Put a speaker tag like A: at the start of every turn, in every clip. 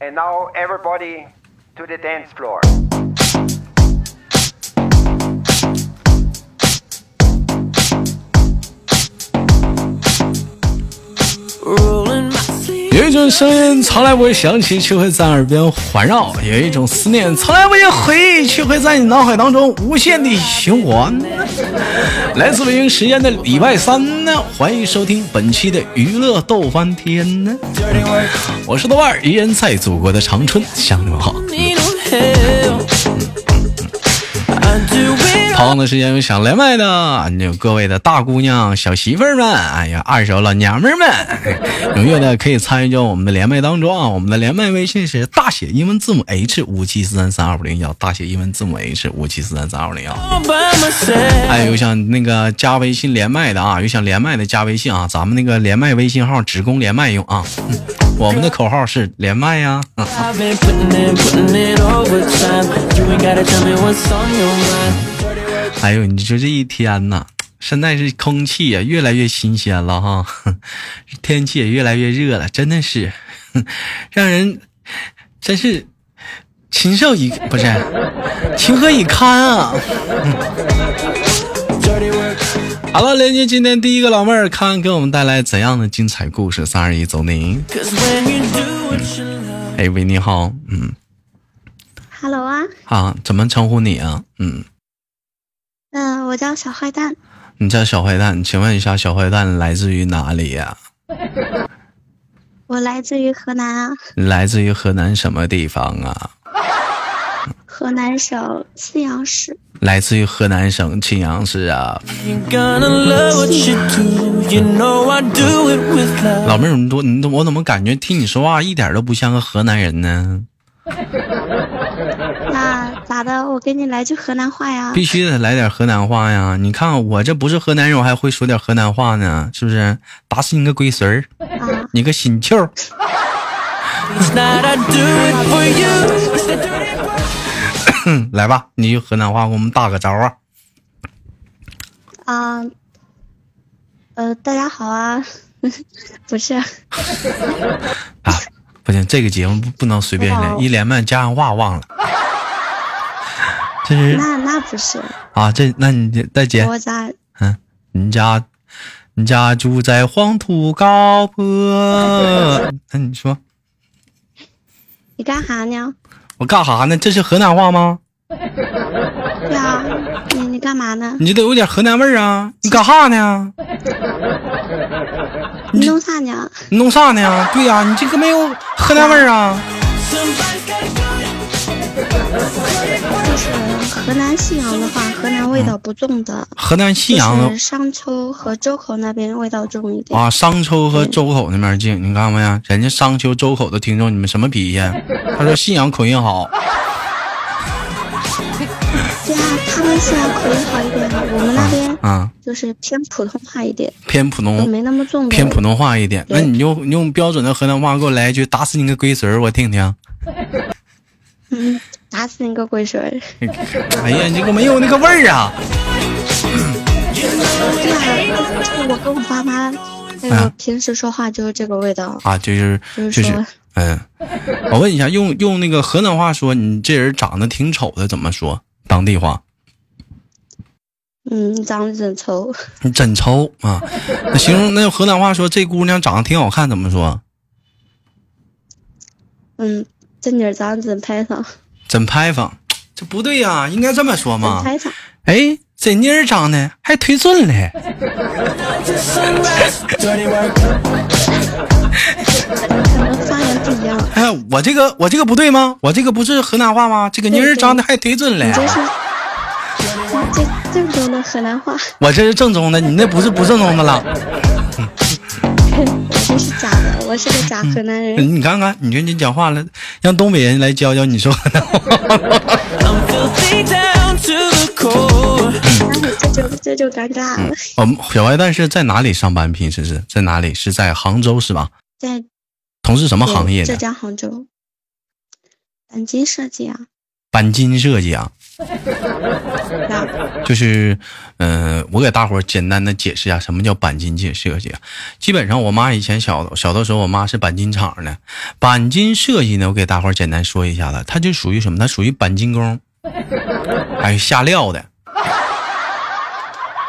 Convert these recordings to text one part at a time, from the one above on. A: And now everybody to the dance floor.
B: 有一种声音从来不会响起，却会在耳边环绕；有一种思念从来不会回忆，却会在你脑海当中无限的循环。来自北京时间的礼拜三呢，欢迎收听本期的娱乐逗翻天呢，我是豆瓣儿，依然在祖国的长春向你们好。同样的时间有想连麦的，有各位的大姑娘、小媳妇儿们，哎呀，二手老娘们儿们，踊跃的可以参与到我们的连麦当中啊！我们的连麦微信是大写英文字母 H 五七四三三二五零幺，大写英文字母 H 五七四三三二五零幺。哎，有想那个加微信连麦的啊，有想连麦的加微信啊，咱们那个连麦微信号只供连麦用啊。嗯我们的口号是连麦呀、嗯
C: I've been putting in, putting it over time. You ain't gotta tell me what's on your mind.
B: 哎呦，你说这一天呐，现在是空气呀、越来越新鲜了哈， 天气也越来越热了，真的是 让人真是禽兽以不是情何以堪啊！ 好了，连接今天第一个老妹儿，看给我们带来怎样的精彩故事？三二一，走你！
C: Cause when you do what you love,
B: 哎喂，你好，嗯
D: Hello 啊，
B: 啊，怎么称呼你啊？嗯，
D: 嗯、我叫小坏蛋，
B: 你叫小坏蛋，请问一下，小坏蛋来自于哪里呀、
D: 我来自于河南啊，
B: 来自于河南什么地方啊？
D: 河南省信阳市。
B: 来自于河南省庆阳市啊。
C: you're gonna love what you do. You know I do it with love.
B: 老妹儿，你多你怎么我怎么感觉听你说话一点都不像个河南人呢？
D: 那咋的？我给你来句河南话呀。
B: 必须得来点河南话呀！你看我这不是河南人，我还会说点河南话呢，是不是？打死你个龟孙儿，
D: 啊，
B: 你个心球儿！
C: Each night I do it for you. It's the dirty
B: 嗯来吧，你用河南话给我们大个招啊！
D: 啊、呃，大家好啊， 不是，
B: 啊，不行，这个节目不不能随便连，
D: 哦
B: 一连麦加上话忘了。这是
D: 那那不是，
B: 啊，这那你这大姐，
D: 我咋
B: 嗯，你家，你家住在黄土高坡。那你说
D: 你干哈呢？
B: 我干哈呢？这是河南话吗？
D: 对啊，你你干嘛呢？
B: 你这得有点河南味儿啊！你干哈呢？
D: 你弄啥呢？
B: 你弄啥呢？对呀、你这个没有河南味儿啊！
C: Somebody's gotta go.
D: 就是河南信阳的话，河南味道不重的，
B: 河南嗯信
D: 就
B: 阳
D: 是
B: 的
D: 商丘和周口那边味道重一点。
B: 啊，商丘和周口那边近，你看没呀？人家商丘、周口的听众，你们什么脾气？他说信阳口音好，
D: 对啊，他们信阳口音好一点啊，我们那边
B: 啊，
D: 就是偏普通话一点，
B: 偏普
D: 就
B: 通，
D: 没那么重的
B: 嗯偏普通话一点。那你用你用标准的河南话给我来一句“打死你个龟孙儿”，我听听。
D: 嗯，打死你个龟孙儿！
B: 哎呀，你这个没有那个味儿啊！
D: 对啊，就我跟我爸妈那个平时说话就是这个味道。
B: 啊，就是
D: 就
B: 就
D: 是
B: 是
D: 说，
B: 嗯，我问一下，用用那个河南话说，你这人长得挺丑的，怎么说？当地话，
D: 嗯，长得真丑，
B: 你真丑啊！那形容那用河南话说，这姑娘长得挺好看，怎么说？
D: 嗯，这女儿长得真拍上，
B: 真拍坊，这不对呀、应该这么说
D: 真
B: 嘛？
D: 拍上。
B: 哎，这妮儿长得还忒顺嘞，
C: To sunrise. Dirty work.
D: 可能方言不一样，
B: 哎，我这个我这个不对吗？我这个不是河南话吗？这个妮儿长得还忒顺嘞啊
D: 你，这是这正宗的河南话，
B: 我这是正宗的，你那不是不正宗的了。
D: 哎我这是假的，我是个假河南人。
B: 嗯你看看，你看你讲话了，让东北人来教教你说河南话。
C: I'm filthy down to the core.
D: 那你这就这就尴尬了，
B: 我们哦小坏蛋是在哪里上班？平时是在哪里？是在杭州是吧？
D: 在
B: 从事什么行业
D: 浙
B: 的？
D: 江杭州，钣金设计啊，
B: 钣金设计啊。
D: 那
B: 就是，嗯、我给大伙儿简单的解释一下什么叫钣金界设计啊。基本上，我妈以前小的小的时候，我妈是钣金厂的。钣金设计呢，我给大伙儿简单说一下子，它就属于什么？它属于钣金工，还有下料的。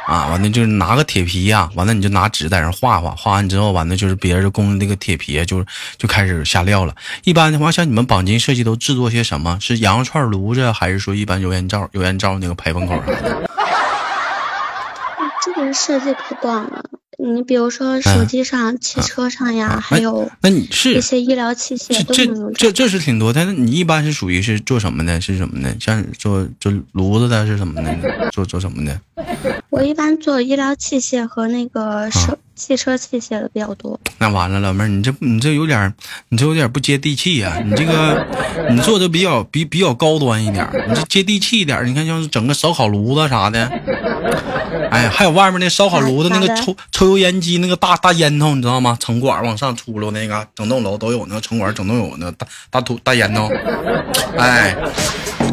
B: 啊，完了就是拿个铁皮呀、完了你就拿纸在那画画，画完之后，完了就是别人就供那个铁皮，就是就开始下料了。一般的话，像你们绑金设计都制作些什么？是羊肉串炉子，还是说一般油烟罩、油烟罩那个排风口啊？
D: 这个设计可广了，你比如
B: 嗯
D: 说手机上、汽车上呀，
B: 啊
D: 还有
B: 那你是
D: 一些医疗器
B: 这
D: 械都
B: 这
D: 能用
B: 这这是挺多，但是你一般是属于是做什么的？是什么的？像做做炉子的是什么 的？做做什么的？
D: 我一般做医疗器械和那
B: 嗯
D: 个手、汽车器械的比较多。
B: 那完了，老妹儿，你这你这有点儿，你这有点儿不接地气呀、你这个你做的比较比比较高端一点儿，你这接地气一点儿。你看像是整个烧烤炉子啥的，哎，还有外面那烧烤炉子那
D: 啥
B: 个
D: 的
B: 抽抽油烟机那个大大烟筒，你知道吗？城管往上出溜那个，整栋楼都有那个城管，整栋有那个大大土大烟筒，哎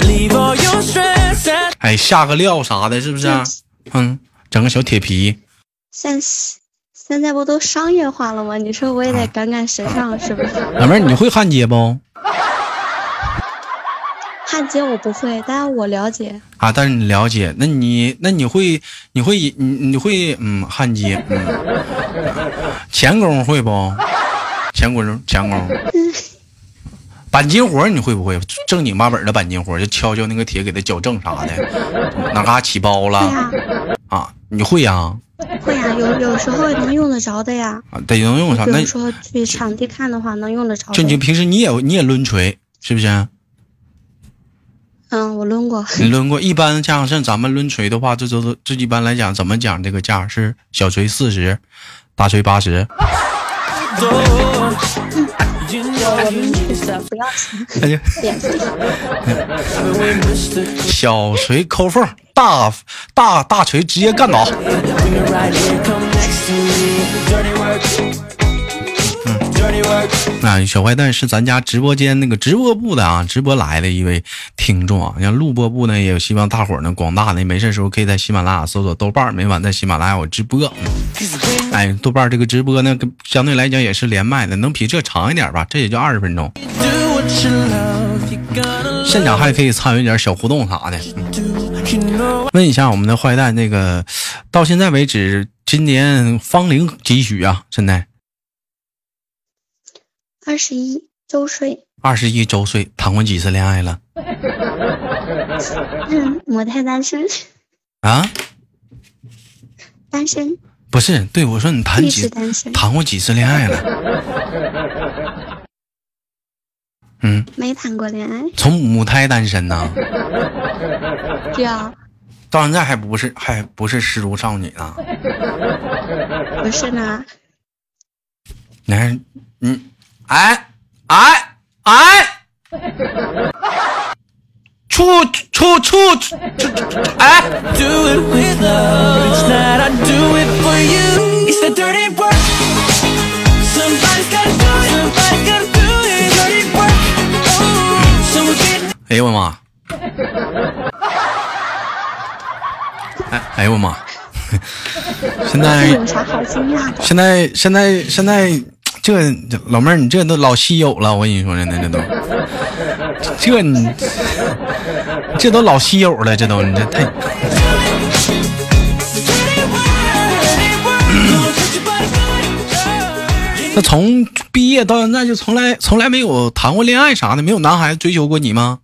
C: Leave all your stress at
B: 哎，下个料啥的，是不是、
D: 嗯
B: 嗯，整个小铁皮，
D: 现现在不都商业化了吗？你说我也
B: 嗯
D: 得赶赶时尚，是不是？
B: 老妹儿，你会焊接不？
D: 焊接我不会，但是我了解。
B: 啊，但是你了解，那你那你会你会你你会嗯焊接嗯，钳工会不？钳工钳工，钣金活儿你会不会？正经八本儿的钣金活儿，就敲敲那个铁，给它矫正啥的，哪嘎起包
D: 会
B: 了
D: 呀、
B: 啊？你会呀、啊？
D: 会呀、有有时候也能用得着的呀。
B: 得能用上。
D: 比
B: 啊那
D: 如说去场地看的话，能用得着的。
B: 就你平时你也你也抡锤是不是？
D: 嗯，我抡过，
B: 你抡过，一般像像咱们抡锤的话，这都是这一般来讲怎么讲？这个价是小锤四十，大锤八十。
C: the door. You know you need to stop.
D: 不要钱，
B: 哎呀，
D: 免费。
C: I've been with Mr.
B: 小锤抠缝，大大大锤直接干倒。
C: Bring it right here, come next to me. Dirty work. Dirty work.
B: 那小坏蛋是咱家直播间那个直播部的啊，直播来的一位听众啊。像录播部呢，也希望大伙儿呢，广大的没事的时候可以在喜马拉雅搜索豆瓣儿，每晚在喜马拉雅有直播。嗯哎，豆瓣儿这个直播呢，跟相对来讲也是连麦的，能比这长一点吧？这也就二十分钟。
C: Do what you love. You're gonna
B: 现场还可以参与一点小互动啥的。
C: do. You know
B: 问一下我们的坏蛋，那个到现在为止，今年芳龄几许啊？现在
D: 二十一周岁，
B: 二十一周岁，谈过几次恋爱了
D: 嗯，母胎单身，
B: 啊？
D: 单身
B: 不是，对我说你谈
D: 一
B: 几
D: 直单身，
B: 谈过几次恋爱了？嗯，
D: 没谈过恋爱。
B: 从母胎单身呐，
D: 第二，
B: 到现在还不是还不是失足少女呢？
D: 不是呢，
B: 你还嗯，哎哎哎，处处处处处哎。
C: do it with love. It's not I do it for you. It's the dirty work. Somebody's gotta do it. Somebody's gotta do it. Dirty work. Oh, someone get
B: 哎呦我妈！哎哎呦我妈！ 现
D: 这
B: 在
D: 有啥好惊讶的？
B: 现在现在现在这老妹儿，你这都老稀有了，我跟你说真的，这都这你这都老稀有了，这都你这太
C: dirty work. Dirty work. Don't touch your body, do it.
B: 那从毕业到现在就从来从来没有谈过恋爱啥的，没有男孩子追求过你吗？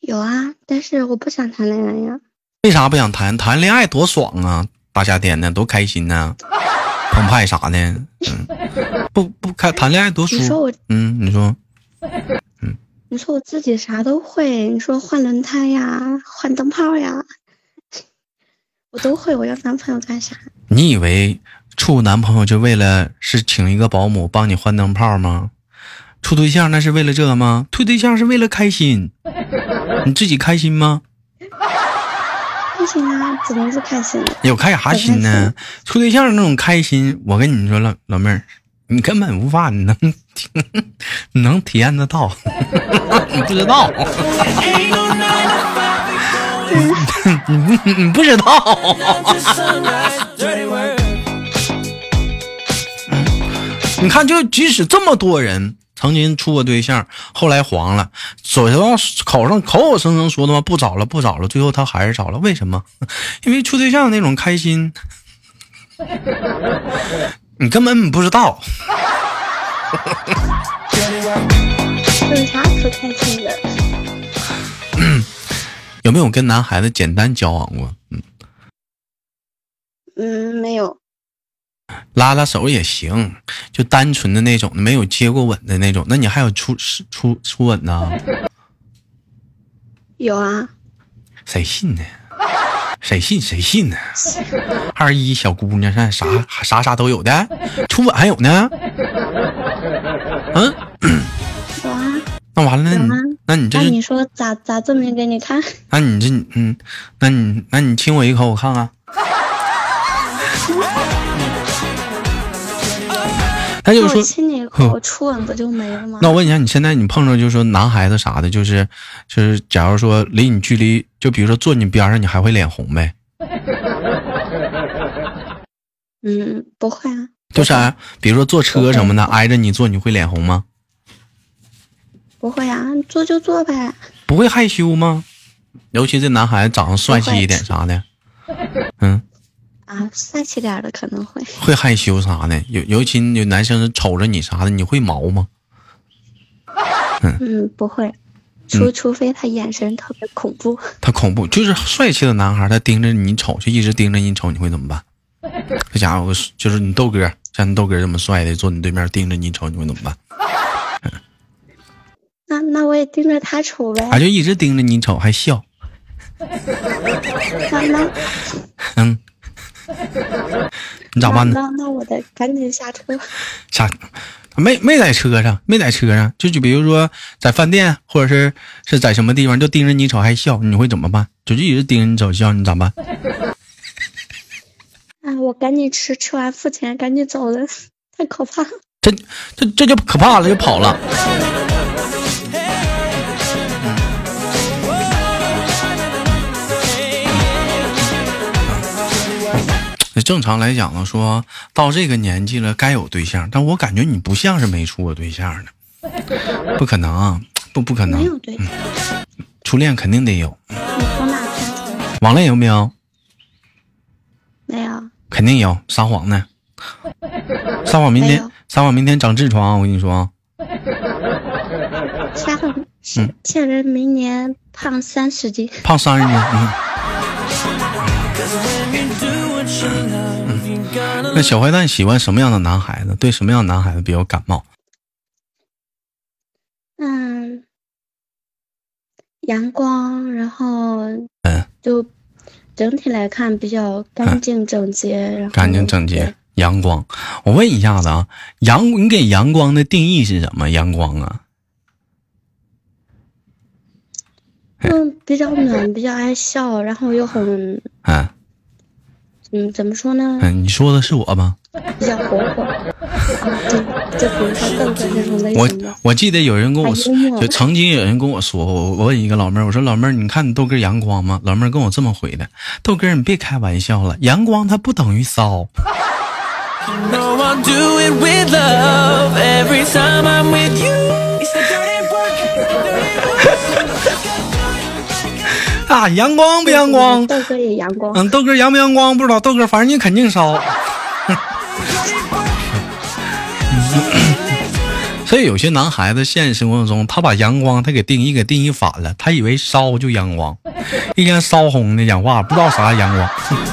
D: 有啊，但是我不想谈恋爱呀。
B: 为啥不想谈？谈恋爱多爽啊！大夏天的多开心 呐、澎湃啥的，嗯，不不开谈恋爱多舒
D: 你说
B: 服。
D: 我，
B: 嗯，你说
D: 你说我自己啥都会，你说换轮胎呀，换灯泡呀，我都会。我要男朋友干啥？
B: 你以为处男朋友就为了是请一个保姆帮你换灯泡吗？处对象那是为了这吗？处对象是为了开 心，你自己开心吗？
D: 开心啊，怎么不开心呢？
B: 有开啥心呢？处对象那种开心，我跟你说，老老妹儿，你根本无法，你能你能体验得到， 你不知道，
C: Ain't no nine to five, we going
B: 你不知道。
C: out to sunrise. Dirty work.
B: 你看，就即使这么多人曾经处过对象，后来黄了，首先口上口口声声说他妈不找了不找了，最后他还是找了，为什么？ 因为处对象那种开心，你根本不知道。
D: 有啥可开心的？
B: 有没有跟男孩子简单交往过？嗯，
D: 嗯，没有，
B: 拉拉手也行，就单纯的那种，没有接过吻的那种。那你还有初初初吻呢？
D: 有啊，
B: 谁信呢？谁信谁信呢？二一小姑娘，啥啥啥啥都有的，初吻还有呢。嗯，
D: 有啊。
B: 那完了，那
D: 有啊
B: 你那你这
D: 那
B: 是
D: 你说咋咋证明给你看？
B: 那你这嗯，那你那你亲我一口，我看看。他就
D: 那
B: 是说
D: 我，亲你一口，我初吻不就没了吗
B: 那？我问一下，你现在你碰着就是说男孩子啥的，就是就是，假如说离你距离，就比如说坐你边上，你还会脸红呗？
D: 嗯，不会啊，
B: 就是、比如说坐车什么的，挨着你坐，你会脸红吗？
D: 不会啊，做就做呗。
B: 不会害羞吗？尤其这男孩子长得帅气一点啥的，嗯，
D: 啊，帅气点儿的可能会，
B: 会害羞啥的。尤尤其有男生是瞅着你啥的，你会毛吗？
D: 嗯，不会，除除非他眼神特别恐怖，
B: 他恐怖，就是帅气的男孩，他盯着你瞅，就一直盯着你瞅，你会怎 么办？这家伙就是你豆哥，像你豆哥这么帅的坐你对面盯着你瞅，你会怎么办？
D: 那那我也盯着他瞅呗。
B: 他就一直盯着你瞅，还笑，哎
D: 那那
B: 嗯，你咋
D: 那
B: 办呢？
D: 那那我得赶紧下车。
B: 下没没在车上，没在车上，就就比如说在饭店或者是是在什么地方，就盯着你瞅还笑，你会怎么办？就一直盯着你瞅笑，你咋办？
D: 啊，我赶紧吃，吃完付钱，赶紧走了，太可怕了。
B: 这这这就可怕了，就跑了。嗯正常来讲呢，说到这个年纪了，该有对象，但我感觉你不像是没处过对象的，不可能，啊不不可
D: 没有
B: 能，
D: 对，
B: 初恋肯定得有。
D: 你从哪看出来？
B: 网恋有没有？
D: 没有，
B: 肯定有，撒谎呢。撒谎明
D: 没
B: 天
D: 有，
B: 撒谎明天长痔疮，我跟你说啊，
D: 下个
B: 嗯
D: 是骗人，明年胖三十斤。
B: 胖三十斤。嗯，
C: You do what you love, you gotta
B: 那小坏蛋喜欢什么样的男孩子？对什么样的男孩子比较感冒？
D: 嗯，阳光，然后
B: 嗯
D: 就整体来看比较干净整洁，然后
B: 干净整洁
D: 对，
B: 阳光。我问一下子啊，阳，你给阳光的定义是什么？阳光啊，
D: 嗯，比较暖，比较爱笑，然后又很
B: 嗯
D: 嗯，怎么说呢，
B: 嗯，你说的是我吗？
D: 比较活泼。啊，对，就比如说豆哥这种类
B: 我
D: 型的，
B: 我记得有人跟我说
D: 好嗯幽，默
B: 就曾经有人跟我说，我我问一个老妹儿，我说老妹儿，你看你豆哥阳光吗？老妹儿跟我这么回的，豆哥你别开玩笑了，阳光它不等于骚。
C: know I'll do it with love every time I'm with you. It's the dirty work, dirty work.
B: 啊，阳光不阳光？
D: 豆哥也阳光，
B: 嗯，豆哥阳不阳光不知道，豆哥反正你肯定烧。所以有些男孩子现实生活中，他把阳光他给定义给定义反了，他以为烧就阳光，一天烧红的讲话不知道啥阳光。
C: Gonna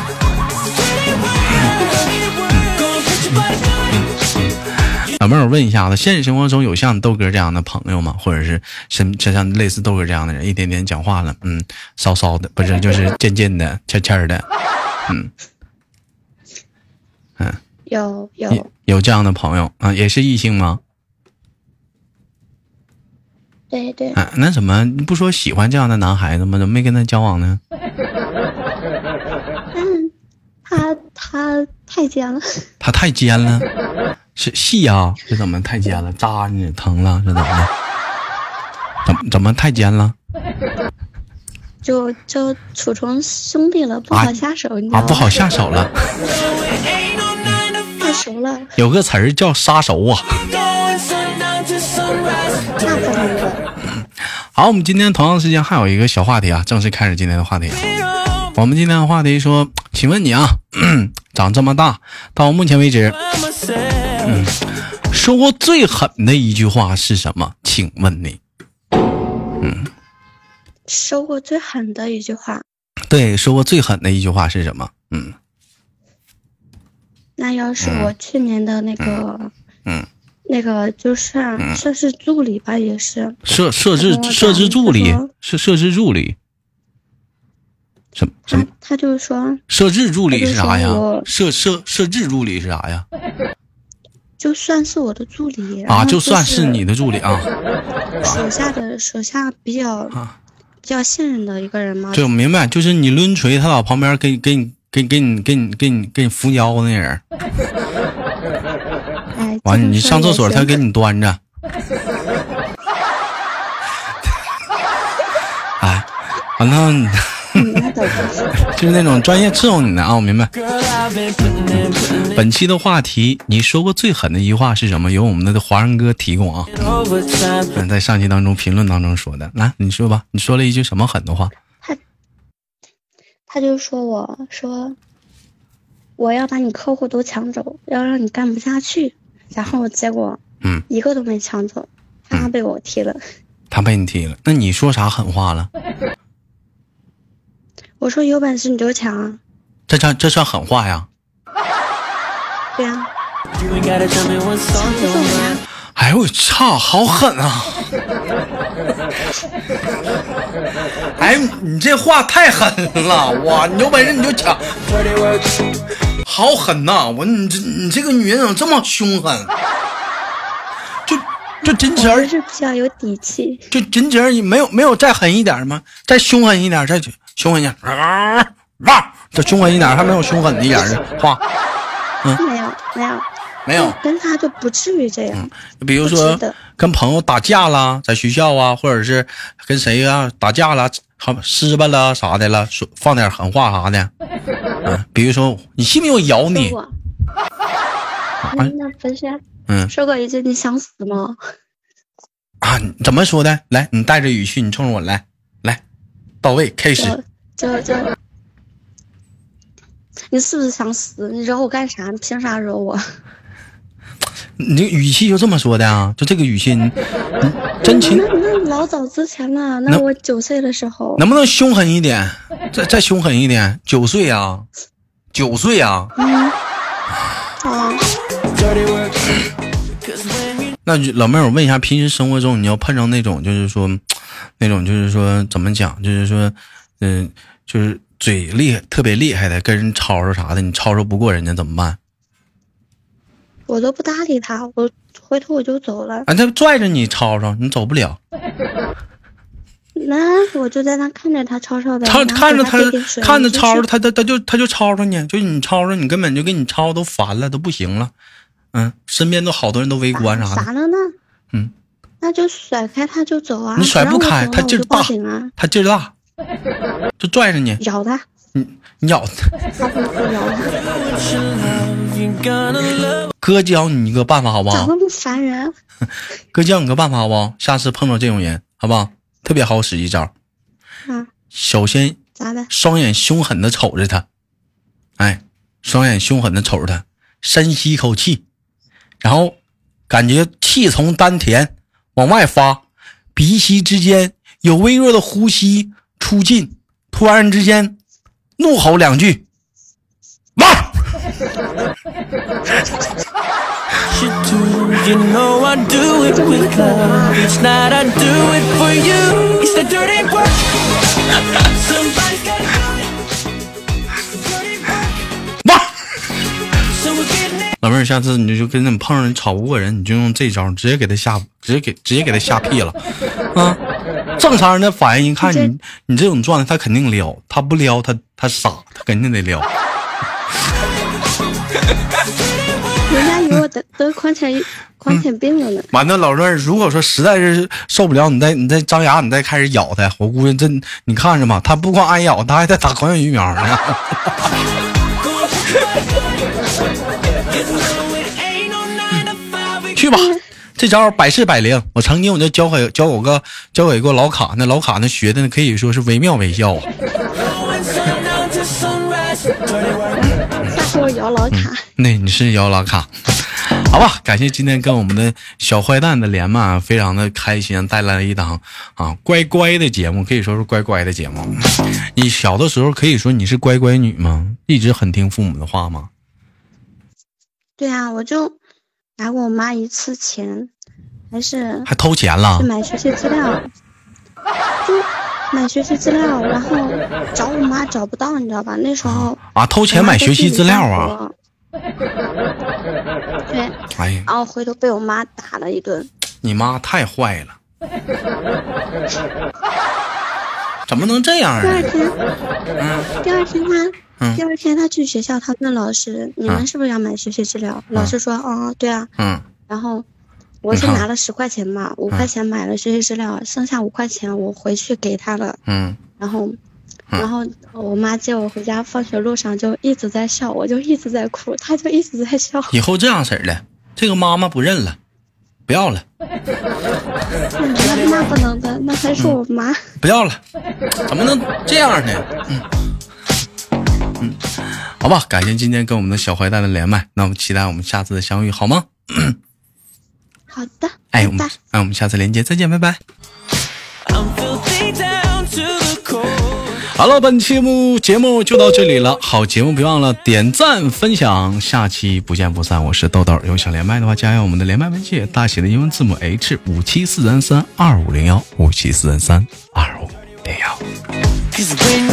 C: get your body going.
B: 老妹儿，我问一下子，现实生活中有像豆哥这样的朋友吗？或者是身像像类似豆哥这样的人，一点点讲话了，嗯，骚骚的，不是就是渐渐的、欠欠的，
D: 有有
B: 有有这样的朋友啊，也是异性吗？
D: 对对，
B: 啊，那怎么你不说喜欢这样的男孩子吗？怎么没跟他交往呢？
D: 但他他太尖了，
B: 他太奸了，是细呀、是怎么太尖了？扎你疼了？是怎么的？怎么怎么太尖了？
D: 就就楚虫生病了，不
B: 啊
D: 好下手，你知道
B: 啊，
D: 吗？
B: 不好下手了。
C: Ain't no nine to five.
D: 太熟了，
B: 有个词儿叫杀熟啊。
C: Going sundown to sunrise.
D: 那可不了。
B: 好，我们今天同样时间还有一个小话题啊，正式开始今天的话题。我们今天的话题说，请问你啊，长这么大到目前为止，
C: By myself.
B: 说过最狠的一句话是什么？请问你，
D: 说过最狠的一句话，
B: 对，说过最狠的一句话是什么？嗯，
D: 那要是我去年的那个，
B: 嗯
D: 那个就算、算是助理吧，也是
B: 设设置
D: 我想
B: 设置助理
D: 他说
B: 是设置助理，什么什
D: 他
B: 么
D: 他就说，
B: 设置助理是啥
D: 他
B: 呀
D: 就说我？
B: 设设设置助理是啥呀？
D: 就算是我的助理，然
B: 啊，
D: 后
B: 就
D: 就
B: 算是你的助理啊，
D: 手下的手下比较、
B: 啊
D: 比较信任的一个人嘛，
B: 对，我明白，就是你抡锤，他到旁边给你给你给你给你给你给你给你扶腰那人，
D: 哎，
B: 完了你
D: 这
B: 上
D: 么说
B: 厕所
D: 也
B: 他
D: 行
B: 给你端 着。哎，完了你
D: 嗯那倒不是。
B: 就是那种专业伺候你的啊，我明白。
C: Girl, I've been putting in, putting in
B: 本期的话题，你说过最狠的一句话是什么？由我们的华人哥提供啊，
C: overtime.
B: 嗯在上期当中评论当中说的。来，你说吧，你说了一句什么狠的话？
D: 他就说我说我要把你客户都抢走，要让你干不下去，然后结果
B: 嗯
D: 一个都没抢走，他被我踢了。
B: 他被你踢了，那你说啥狠话了？
D: 我说有本事你就抢啊，
B: 这算这算狠话呀？
D: 对啊，
C: You ain't gotta tell me what
D: 抢
C: song
D: 不
C: you
D: 走
C: want.
D: 呀，
B: 哎呦我操，好狠啊！哎，你这话太狠了，哇！你有本事你就抢，好狠呐、我你这你这个女人怎么这么凶狠？就就真前
D: 我
B: 儿
D: 还是比较有底气。
B: 就真前儿没有没有再狠一点儿吗？再凶狠一点儿，再凶狠一点儿，啊啊！再凶狠一点儿，还没有凶狠一点儿的话嗯
D: 没有没有
B: 没有。
D: 跟他就不至于这样，
B: 比如
D: 不
B: 说
D: 值得
B: 跟朋友打架啦，在学校啊，或者是跟谁啊打架啦，好撕巴啦啥的啦，说放点狠话啥的。嗯，比如说你信不信我咬你
D: 说？我。嗯那不是啊
B: 嗯
D: 说过一句你想死吗？
B: 啊，你怎么说的？来，你带着语气，你冲着我来，来，到位，开
D: 就
B: 始。
D: 就就，你是不是想死？你惹我干啥？你凭啥惹我？
B: 你这个语气就这么说的啊？就这个语气，你你真情
D: 那那老早之前了，那
B: 能
D: 我九岁的时候，
B: 能不能凶狠一点？再再凶狠一点？九岁啊，九岁啊，
D: 啊，
C: Dirty work. Cause when you
B: 那就老妹儿，我问一下，平时生活中你要碰上那种，就是说，那种就是说怎么讲，就是说，嗯、就是嘴厉害，特别厉害的，跟人吵吵啥的，你吵吵不过人家怎么办？
D: 我都不搭理他，我回头我就走了。
B: 啊，他拽着你吵吵，你走不了，
D: 那我就在那看着他吵吵呗，
B: 吵
D: 然后
B: 看着
D: 给
B: 他
D: 他递点水，
B: 看着
D: 你就
B: 吵吵
D: 去
B: 他，他他就他就吵吵你，就是你吵吵你，根本就跟你吵都烦了，都不行了，嗯，身边都好多人都围观啥的，
D: 咋了呢？
B: 嗯，
D: 那就甩开他就走啊！
B: 你甩不
D: 让我
B: 开
D: 走
B: 他
D: 了
B: 劲儿
D: 我就报
B: 大
D: 警啊，
B: 他劲儿 大，就拽着你，
D: 咬他，
B: 你咬他。
D: 他不会咬他，
C: put your love, you're gonna love.
B: 哥教你一个办法好不好
D: 咋？那么烦人？
B: 哥教你个办法好不好？下次碰到这种人，好不好？特别好使一招，
D: 啊，
B: 首先
D: 咋的？
B: 双眼凶狠的瞅着他，哎，双眼凶狠的瞅着他，深吸一口气，然后感觉气从丹田往外发，鼻息之间有微弱的呼吸出进，突然之间怒吼两句：“妈！”
C: You do, you know I do it with love. Each night I do it for you. It's the dirty work. Somebody's gotta do it. Dirty work.
B: 妈！
C: So we're getting it.
B: 老妹儿，下次你就跟你碰上人吵不过人，你就用这招，直接给他吓，直接给直接给他吓屁了，啊！正常人的反应一看
D: 这
B: 你你这种状态，他肯定撩，他不撩他他傻，他肯定得撩。
D: 人家以为我 得得狂犬
B: 嗯
D: 狂犬病了呢。
B: 完了，老妹儿，如果说实在是受不了，你再你再张牙，你再开始咬它，我估计这你看着吧，它不光挨咬，它还在打狂犬疫苗呢。 去吧，这招百试百灵。我曾经我就教给教我个教给过老卡，那老卡那学的那可以说是惟妙惟肖啊。
D: 下次我摇老卡，
B: 那你是摇拉卡，好吧？感谢今天跟我们的小坏蛋的连麦啊，非常的开心，带来了一档啊乖乖的节目，可以说是乖乖的节目。你小的时候可以说你是乖乖女吗？一直很听父母的话吗？
D: 对啊，我就拿过我妈一次钱，还是
B: 还偷钱了
D: 去？买学习资料，就买学习资料，然后找我妈找不到，你知道吧？那时候
B: 啊，偷钱买学习资料啊！
D: 我妈在自己干活。对，
B: 哎呀，
D: 然后回头被我妈打了一顿。
B: 你妈太坏了，怎么能这样
D: 第二
B: 啊？
D: 天，第二天她，
B: 嗯
D: 第二天她去学校，她问老师：“你们是不是要买学习资料？”老师说：“哦，对啊。
B: 嗯，”
D: 然后我是
B: 你看
D: 拿了十块钱嘛，五
B: 嗯
D: 块钱买了学习资料，剩下五块钱我回去给她了。
B: 嗯，
D: 然后，然后我妈接我回家，放学路上就一直在笑，我就一直在哭，她就一直在笑。
B: 以后这样式儿的，这个妈妈不认了，不要了。
D: 那那不能的，那还
B: 嗯
D: 是我妈。
B: 不要了，怎么能这样呢？嗯嗯，嗯好吧，感谢今天跟我们的小坏蛋的连麦，那我们期待我们下次的相遇，好吗？
D: 好的，
B: 哎，
D: 拜
B: 我们
D: 拜。
B: 哎，我们下次连接再见，拜拜。
C: I'm filthy down to the core.
B: 好了，本期目节目就到这里了，好节目别忘了点赞分享，下期不见不散。我是豆豆，有想连麦的话，加一下我们的连麦微信，大写的英文字母 H 五七四三三二五零幺五七四三三二五零幺。
C: Cause when